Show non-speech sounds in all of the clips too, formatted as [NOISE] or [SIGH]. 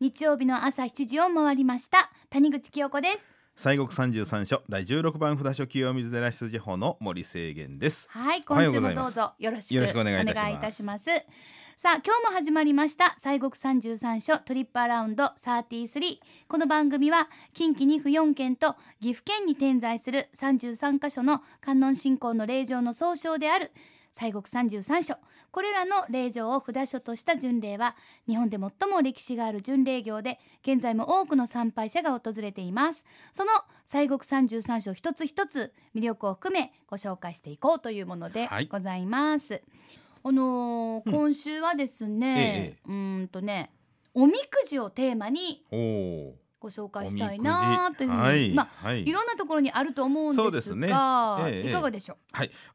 日曜日の朝7時を回りました谷口清子です西国三十三所第十六番札所清水寺出自法の森清源です。はいおは今よう週ござもいどまうすぞよろしくよろしくお願いいたしますおますさあ今日も始まりました西国三十三所トリップアラウンド33この番組は近畿2府4県と岐阜県に点在する33箇所の観音信仰の霊場の総称である西国三十三所これらの霊場を札所とした巡礼は日本で最も歴史がある巡礼業で現在も多くの参拝者が訪れていますその西国三十三所一つ一つ魅力を含めご紹介していこうというものではいございます、あのー今週はですね、うーんとねおみくじをテーマにおお。ご紹お介みくしじたいなというふうに、はい、まあはい、いろんなところにあると思うんそうでですすねが、ええいかがでしょ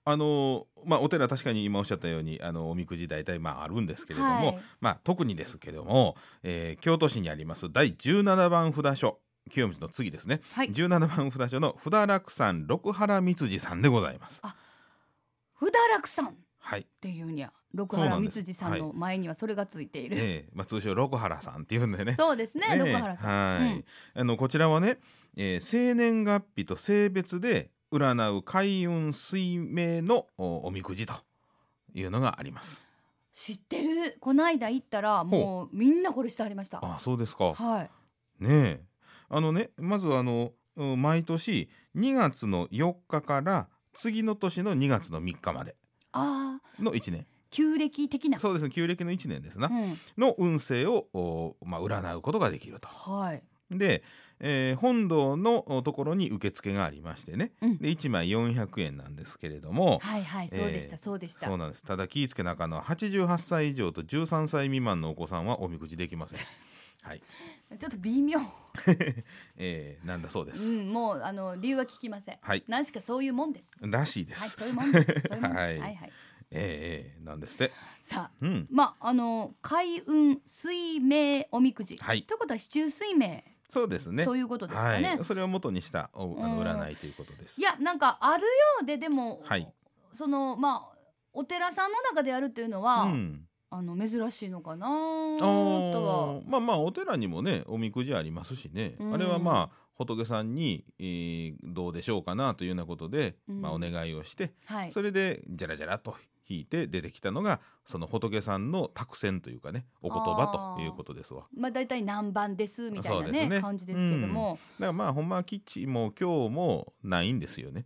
あのーまあお寺確かに今おっしゃったようにあのおみくじ大体まああるんですけれども、はいまあ特にですけども、えー、京都市にあります第十七番札所清水の次ですね。はい十七番札所の札楽さん六原光次さんでございます。う札楽さんっ [LAUGHS] はい。ていうには六そうな原んです光司さんの前にはそれがついている、ええまあ通称六原さんっていうんでね。そうですねえ六原さんはい、うんあのこちらはね、えー、生年月日と性別で占う開運水明のおおみくじというのがあります。知ってるこないだ行ったらもうみんなこれしてありましたあ、そうですか。はいねえ、あのね、まずあのうん毎年2月の4日から次の年の2月の3日まであーの1年、旧暦的なそうですね、旧暦の1年ですな、うん、の運勢をおまあ占うことができると。はいで、えー本堂のおところに受付がありましてね、うんで1枚400円なんですけれども、はいはいそうでした、えーそうでしたそうなんですただ気ぃつけなあかんのは88歳以上と13歳未満のお子さんはおみくじできま [LAUGHS] せんはい、ちょっと微妙、えーなんだそうでうす、ん、もうあの理由は聞きませんはい何しかそういうもんですらしいではいす、そういうもんですそういうもんです、ははいい、はい [LAUGHS] えーえーなんですってさあうんまああの開運水明おみくじ、はいということは市中水明そうですねということですかねはい、それを元にしたおあうのん占いということですいやなんかあるようででも、はいそのまあお寺さんの中でやるっていうのは、うん、あの珍しいのかなあとはーまあまあお寺にもねおみくじありますしね、うんあれはまあ仏さんに、えーどうでしょうかなというようなことで、うんまあ、お願いをしてはいそれでじゃらじゃらと引いて出てきたのがその仏さんの託宣というかねお言葉あーということですわまあ大体何番ですみたいなそうでねすね感じですけども、だからまあほんまは吉も今日もないんですよね、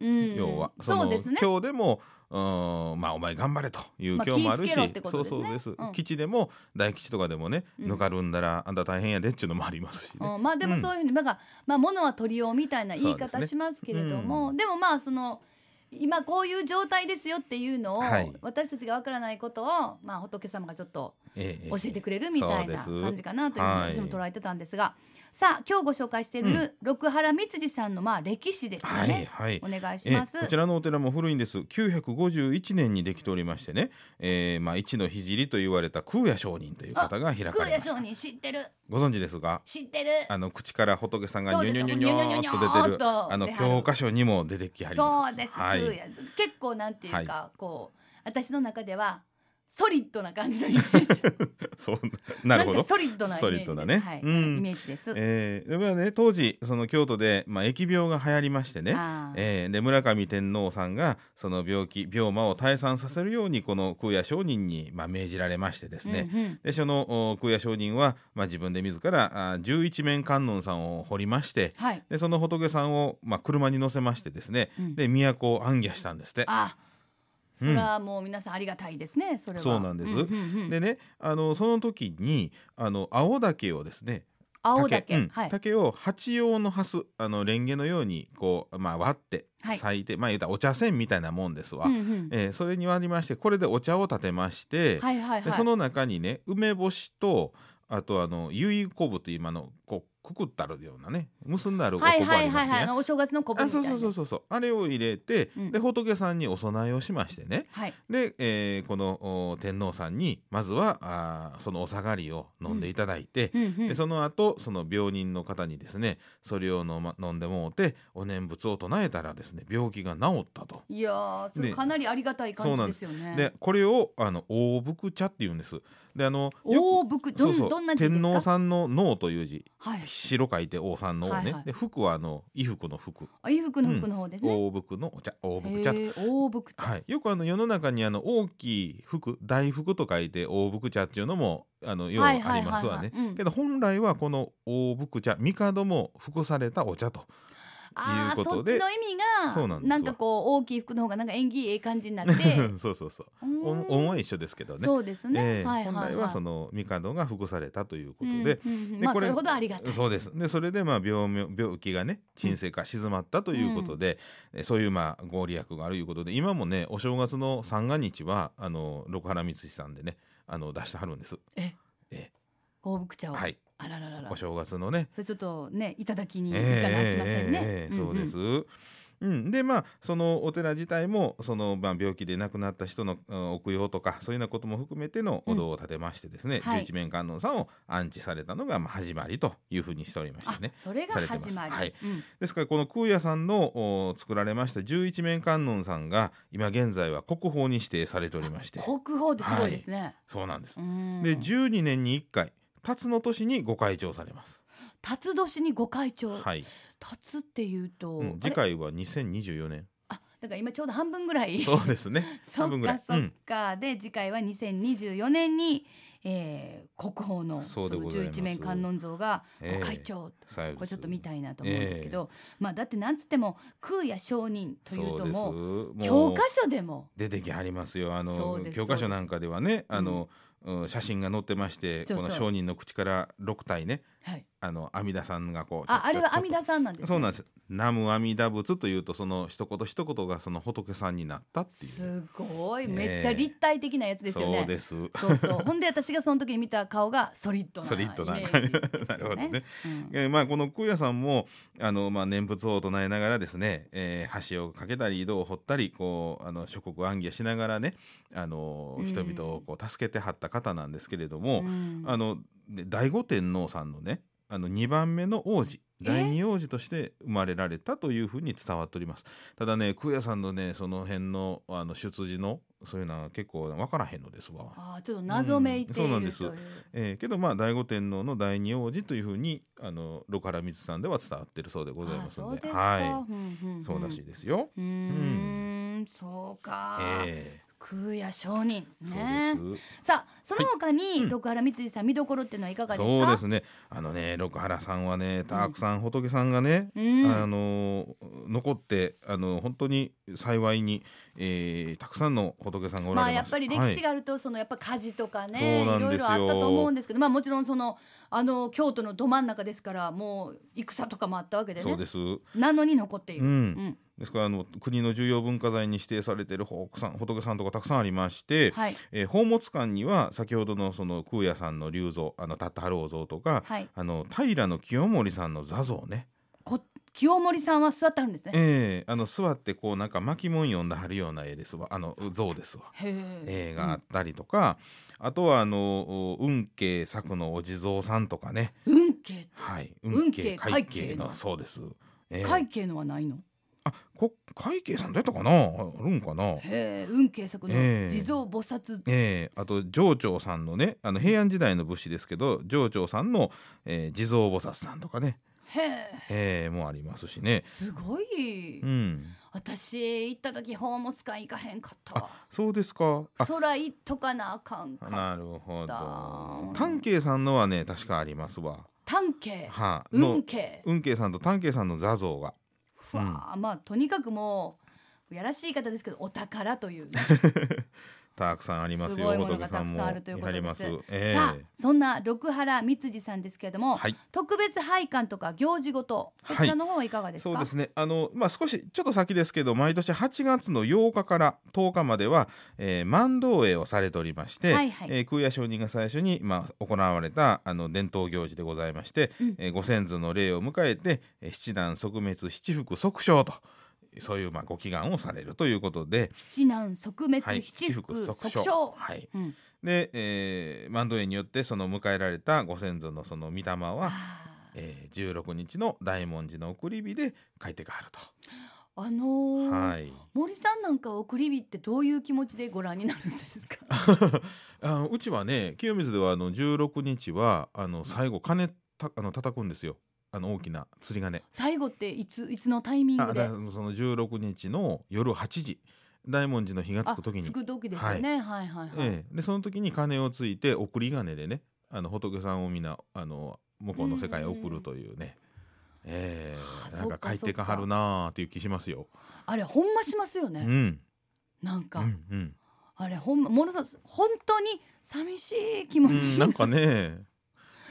うん要はのそうですね今日でもうーんまあお前頑張れというまあ今日もある気ぃつし、けろってことですそねうそうです、うん吉でも大吉とかでもね、うんぬかるんだらあんた大変やでっちゅうのもありますしね、うんまあでもうんそういうふうに、なんかまあ物は取りようみたいな言いそうです方ねしますけれども、うでもまあその今こういう状態ですよっていうのを、はい私たちがわからないことを、まあ、仏様がちょっとええ教えてくれるみたいなそうです感じかなというふうに私もは捉いえてたんですが、さあ今日ご紹介している六原光司さんのまあ歴史ですよはいね、はいお願いしえます。えこちらのお寺も古いんです951年にできておりましてね、えーまあ、一の聖と言われた空也上人という方が開か空れま也した上人知ってるご存知ですが知ってるあの口から仏さんがそうニでョすニョニョニョーっと出てニョニョニョニョーっるとあの出はる教科書にも出てきはりまそすうです、はい、空也結構なんていうか、こう私の中ではソリッドな感じのイメージそう [LAUGHS] なるほんどかソリッドなイメージソリッですドだねはいうんイメージです、えーでもね当時その京都で、まあ、疫病が流行りましてねあーえーで村上天皇さんがその病気病魔を退散させるようにこの空也上人に、まあ、命じられましてですね、うんうんでそのお空也上人は、まあ、自分で自らあー十一面観音さんを彫りましてはい、でその仏さんを、まあ、車に乗せましてですねうんで都を行脚したんですって。あそれはもう皆さんありがたいですねそれはそうなんですんでねあのその時にあの青竹をですね青だけ、うんはい竹を八葉の蓮あのレンゲのようにこう、まあ、割ってはい咲いて、まあ言うたらお茶せんみたいなもんですわ。うんうんえーそれに割りましてこれでお茶を立てまして、はいはいはいでその中にね梅干しとあとあの結子部という今のこうくくったるようなね結んであるおこぼあはいりますはいはいはね、いあのお正月の小あ盆みたそいうなそうそうそうそうあれを入れて、うんで仏さんにお供えをしましてねはいで、えーこのお天皇さんにまずはあーそのお下がりを飲んでいただいて、うんうんでその後その病人の方にですねそれを飲,、ま、飲んでもうてお念仏を唱えたらですね病気が治ったと。いやーそれでかなりありがたい感そうなじんでですよねでこれをあの大福茶って言うんです。であのよく大福どんそうそうどんな字ですか天皇さんの能という字はい白書いて王さんの王ね、はいはいで服はあの衣服の服あ衣服の服の方ですね、大福のお茶大福茶とへー大福茶、はい、よくあの世の中にあの大きい服大福と書いて大福茶っていうのもあのようありますわね。うんけど本来はこの大福茶帝も服されたお茶とああいうこそっとでちの意味がそうなんですわかこう大きい服の方がなんか縁起いい感じになって [LAUGHS] そうそうそううーんお恩は一緒ですけどねそうですね、ええはいはい本来はそのの帝が服されたということで。うんうんうんでまあそこれれほどありがたいそうですでそれでまあ病名病気がね沈静化静まったということで、えそういうまあ合利益があるということで今もねお正月の三が日はあの六原光さんでねあの出してはるんです。大福茶を、はい、あららららお正月のね。それちょっとねいただきに行かなきゃいけませんね、ええええええんそんうです。うん、でまあそのお寺自体もその、まあ、病気で亡くなった人のうんお供養とかそういうようなことも含めてのお堂を建てましてですね、うんはい十一面観音さんを安置されたのが、まあ、始まりというふうにしておりましあてねそれがされてます始まり、はいうんですからこの空也さんのお作られました十一面観音さんが今現在は国宝に指定されておりまして国宝ってすごいですね、そうなんですう。んで12年に1回辰の年にご開帳されます。辰年にご会長、はい、辰っていうと、うん次あれ回は2024年 [LAUGHS] あだから今ちょうど半分ぐらいそうですねそ [LAUGHS] 半っ分ぐらかいそっか、で次回は2024年に、えー、国宝のそうでのございます11面観音像がええご会長、さようですこれちょっと見たいなと思うんですけど、まあだってなんつっても空や商人というともうそうです教科もう書でも出てきはりますよあそうのです教科書なんかではねあの、うん写真が載ってましてそうそうこの商人の口から6体ねはい、あの阿弥陀さんがこうああれは阿弥陀陀さんなんです、ね、そうなんです「南無阿弥陀仏」というとその一言一言がその仏さんになったっていうすごいねえめっちゃ立体的なやつですよね。そうです [LAUGHS] そうそうほんで私がその時に見た顔がソリッドなソリッドなイメージですよ [LAUGHS] なるほどねうんえーまあ、この空也さんもあの、まあ、念仏を唱えながらですね、えー橋を架けたり井戸を掘ったりこうあの諸国暗議しながらねあのうん人々をこう助けてはった方なんですけれども、うんあので醍醐天皇さんのねあの2番目の王子第二王子として生まれられたというふうに伝わっておりますただね空也さんのねその辺のあの出自のそういうのは結構分からへんのですわ。あーちょっと謎めいているうんそうとないんう、ですえーけどまあ醍醐天皇の第二王子というふうにあの六原光さんでは伝わってるそうでございますのであはそうですかうんうんうんい、そうらしいですよ。うーん、そうか。え空也商人ーね。そうです。さあ、その他に、うん六原光司さん見どころっていうのはいかがですか。そうですね。あのね六原さんはねたくさん仏さんがね、うんあの残ってあの本当に幸いに、えーたくさんの仏さんがおまらあれやまっす。ぱり歴史はいがあると、そのやっぱ火事とかねそうないんですろよいろあったと思うんですけどまあもちろんそのあの京都のど真ん中ですからもう戦とかもあったわけでそうねです。なのに残っていうる、ん。うんですからあの国の重要文化財に指定されている仏さん仏さんとかたくさんありまして、はいえー宝物館には先ほどのその空也さんの龍像あのタッタハロウ像とか、はいあの平の清盛さんの座像ね、こ清盛さんは座ってあるんですねえーあの座ってこうなんか巻物読んだはるような絵ですわあの像ですわ。へえ絵があったりとか、あとはあのお運慶作のお地蔵さんとかね、運慶はい、運慶会快慶慶ののそうです。えー会計のはないのあこ会慶さんどうやったかなあるんかな。へえ運慶作のええ地蔵菩薩えー、あと上長さんのねあの平安時代の武士ですけど上長さんの、えー地蔵菩薩さんとかね、へええー、もありますしね。すごい、うん、私行った時宝物館行かへんかったわそうですか。あ空行っとかなあかんかなるほだど。丹慶さんのはね確かありますわ。探慶はあ、の運慶運慶さんと丹慶さんの座像が。ふわあまあとにかくもうやらしい言い方ですけどお宝というねたくさんありますよ。すごいものが仏さんたくさんあるということやりますです。ええさあそんな六原光次さんですけれども、はい特別拝観とか行事ごとこちらの方はいかがですか、そうですねあの、まあ、少しちょっと先ですけど毎年8月の8日から10日までは、えー、万道会をされておりまして、はいはいえー空也上人が最初に、まあ、行われたあの伝統行事でございまして、うんえーご先祖の霊を迎えて、えー七段即滅七福即勝とそういう、まあ、ご祈願をされるということで、七難即滅、はい七福即即勝はいうんで、えー、万道会によってその迎えられたご先祖のその御霊は、あーえー、16日の大文字の送り火で書いて変わると。あのーはい森さんなんかを送り火ってどういう気持ちでご覧になるんですかあうちはね清水ではあの16日はあの最後鐘たあの叩くんですよあの大きな釣り鐘最後っていついつのタイミンあグでだその16日の夜8時大文字の日がつく時につく時ですよね、はい、はいはいええでその時に鐘をついて送り鐘でねあの仏さんを皆あの向こうの世界へ送るというね、えはあえなそんっかか帰ってかはるなあっていう気しますよ。あれほんましますようね、んなんうか、んうんあれほんま森さん本当に寂しい気う持ち、ん、なんか [LAUGHS] ね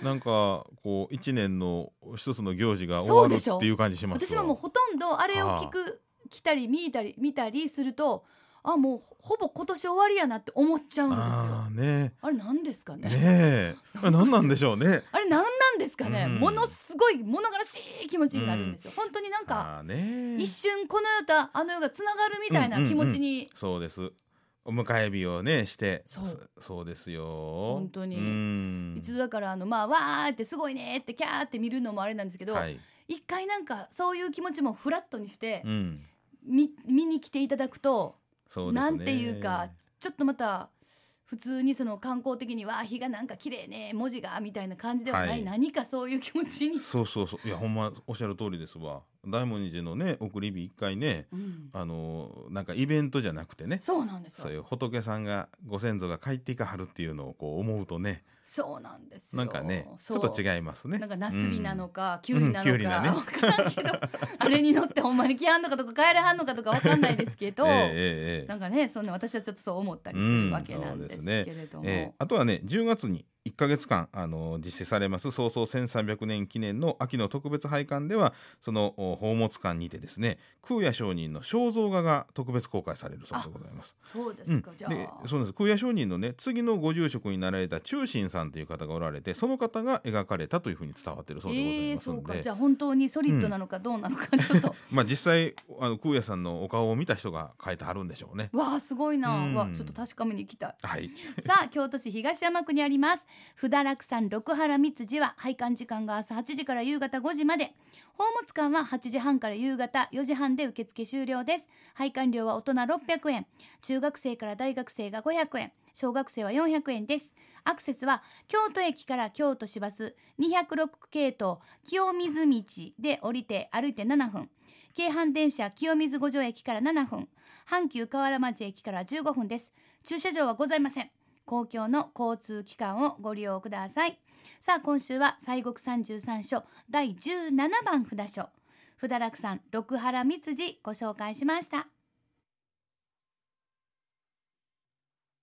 なんかこう一年の一つの行事が終そわうるでしょっていう感じしますわ私はもうほとんどあれを聞く来たり見たり見たりするとあもうほぼ今年終わりやなって思っちゃうんですよあああねれなんです [LAUGHS] かねねえあ何なんでしょうね。あれなんなんですかね、うんものすごい物悲しい気持ちになるんですよ、本当になんかあーね一瞬この世とあの世がつながるみたいな気持ちに、そうですお迎え日をねしてそうそそうですよ本当にうん一度だからあのまあわーってすごいねってキャーって見るのもあれなんですけど、はい、一回なんかそういう気持ちもフラットにしてうん、見見に来ていただくとそうですねなんていうかちょっとまた普通にその観光的には日がなんか綺麗ね文字がみたいな感じではない、はい何かそういう気持ちに、そうそうそういやほんまおっしゃる通りですわ大文字のね送り火一回ねうんあのなんかイベントじゃなくてねそうなんですそういよう仏さんがご先祖が帰っていかはるっていうのをこう思うとねそうなんですよなんかねちそょっと違いますねなんかナスビなのか、キュウリなのか、うんキュウリだねわからん [LAUGHS] けど、あれに乗ってほんまに来はんのかとか帰れはんのかとかわかんないですけうど、んえええええなんかね、そんな私はちょっとそう思ったりするわけなんですけれども、ええあとはね10月に1ヶ月間あの実施されます早々1300年記念の秋の特別拝観ではそのお宝物館にてですね空也上人の肖像画が特別公開されるそうでございます。そうでうすんか、でじゃあ、そうなんです空也上人のね次のご住職になられた忠信さんという方がおられてその方が描かれたというふうに伝わっているそうでござえいえますそうので、か、じゃあ本当にソリッドなのかどうなのかちょ [LAUGHS] っと、まあ実際あの空也さんのお顔を見た人が書いてあるんでしょうね。わあすごいな、うんわあちょっと確かめに行きたい。はい、 [LAUGHS] さあ京都市東山区にあります不堕落山六原三辻は拝観時間が朝8時から夕方5時まで宝物館は8時半から夕方4時半で受付終了です拝観料は大人600円中学生から大学生が500円小学生は400円ですアクセスは京都駅から京都市バス206系統清水道で降りて歩いて7分京阪電車清水五条駅から7分阪急河原町駅から15分です駐車場はございません公共の交通機関をご利用くださいさあ今週は西国三十三所第17番札所札楽さん六原光次ご紹介しました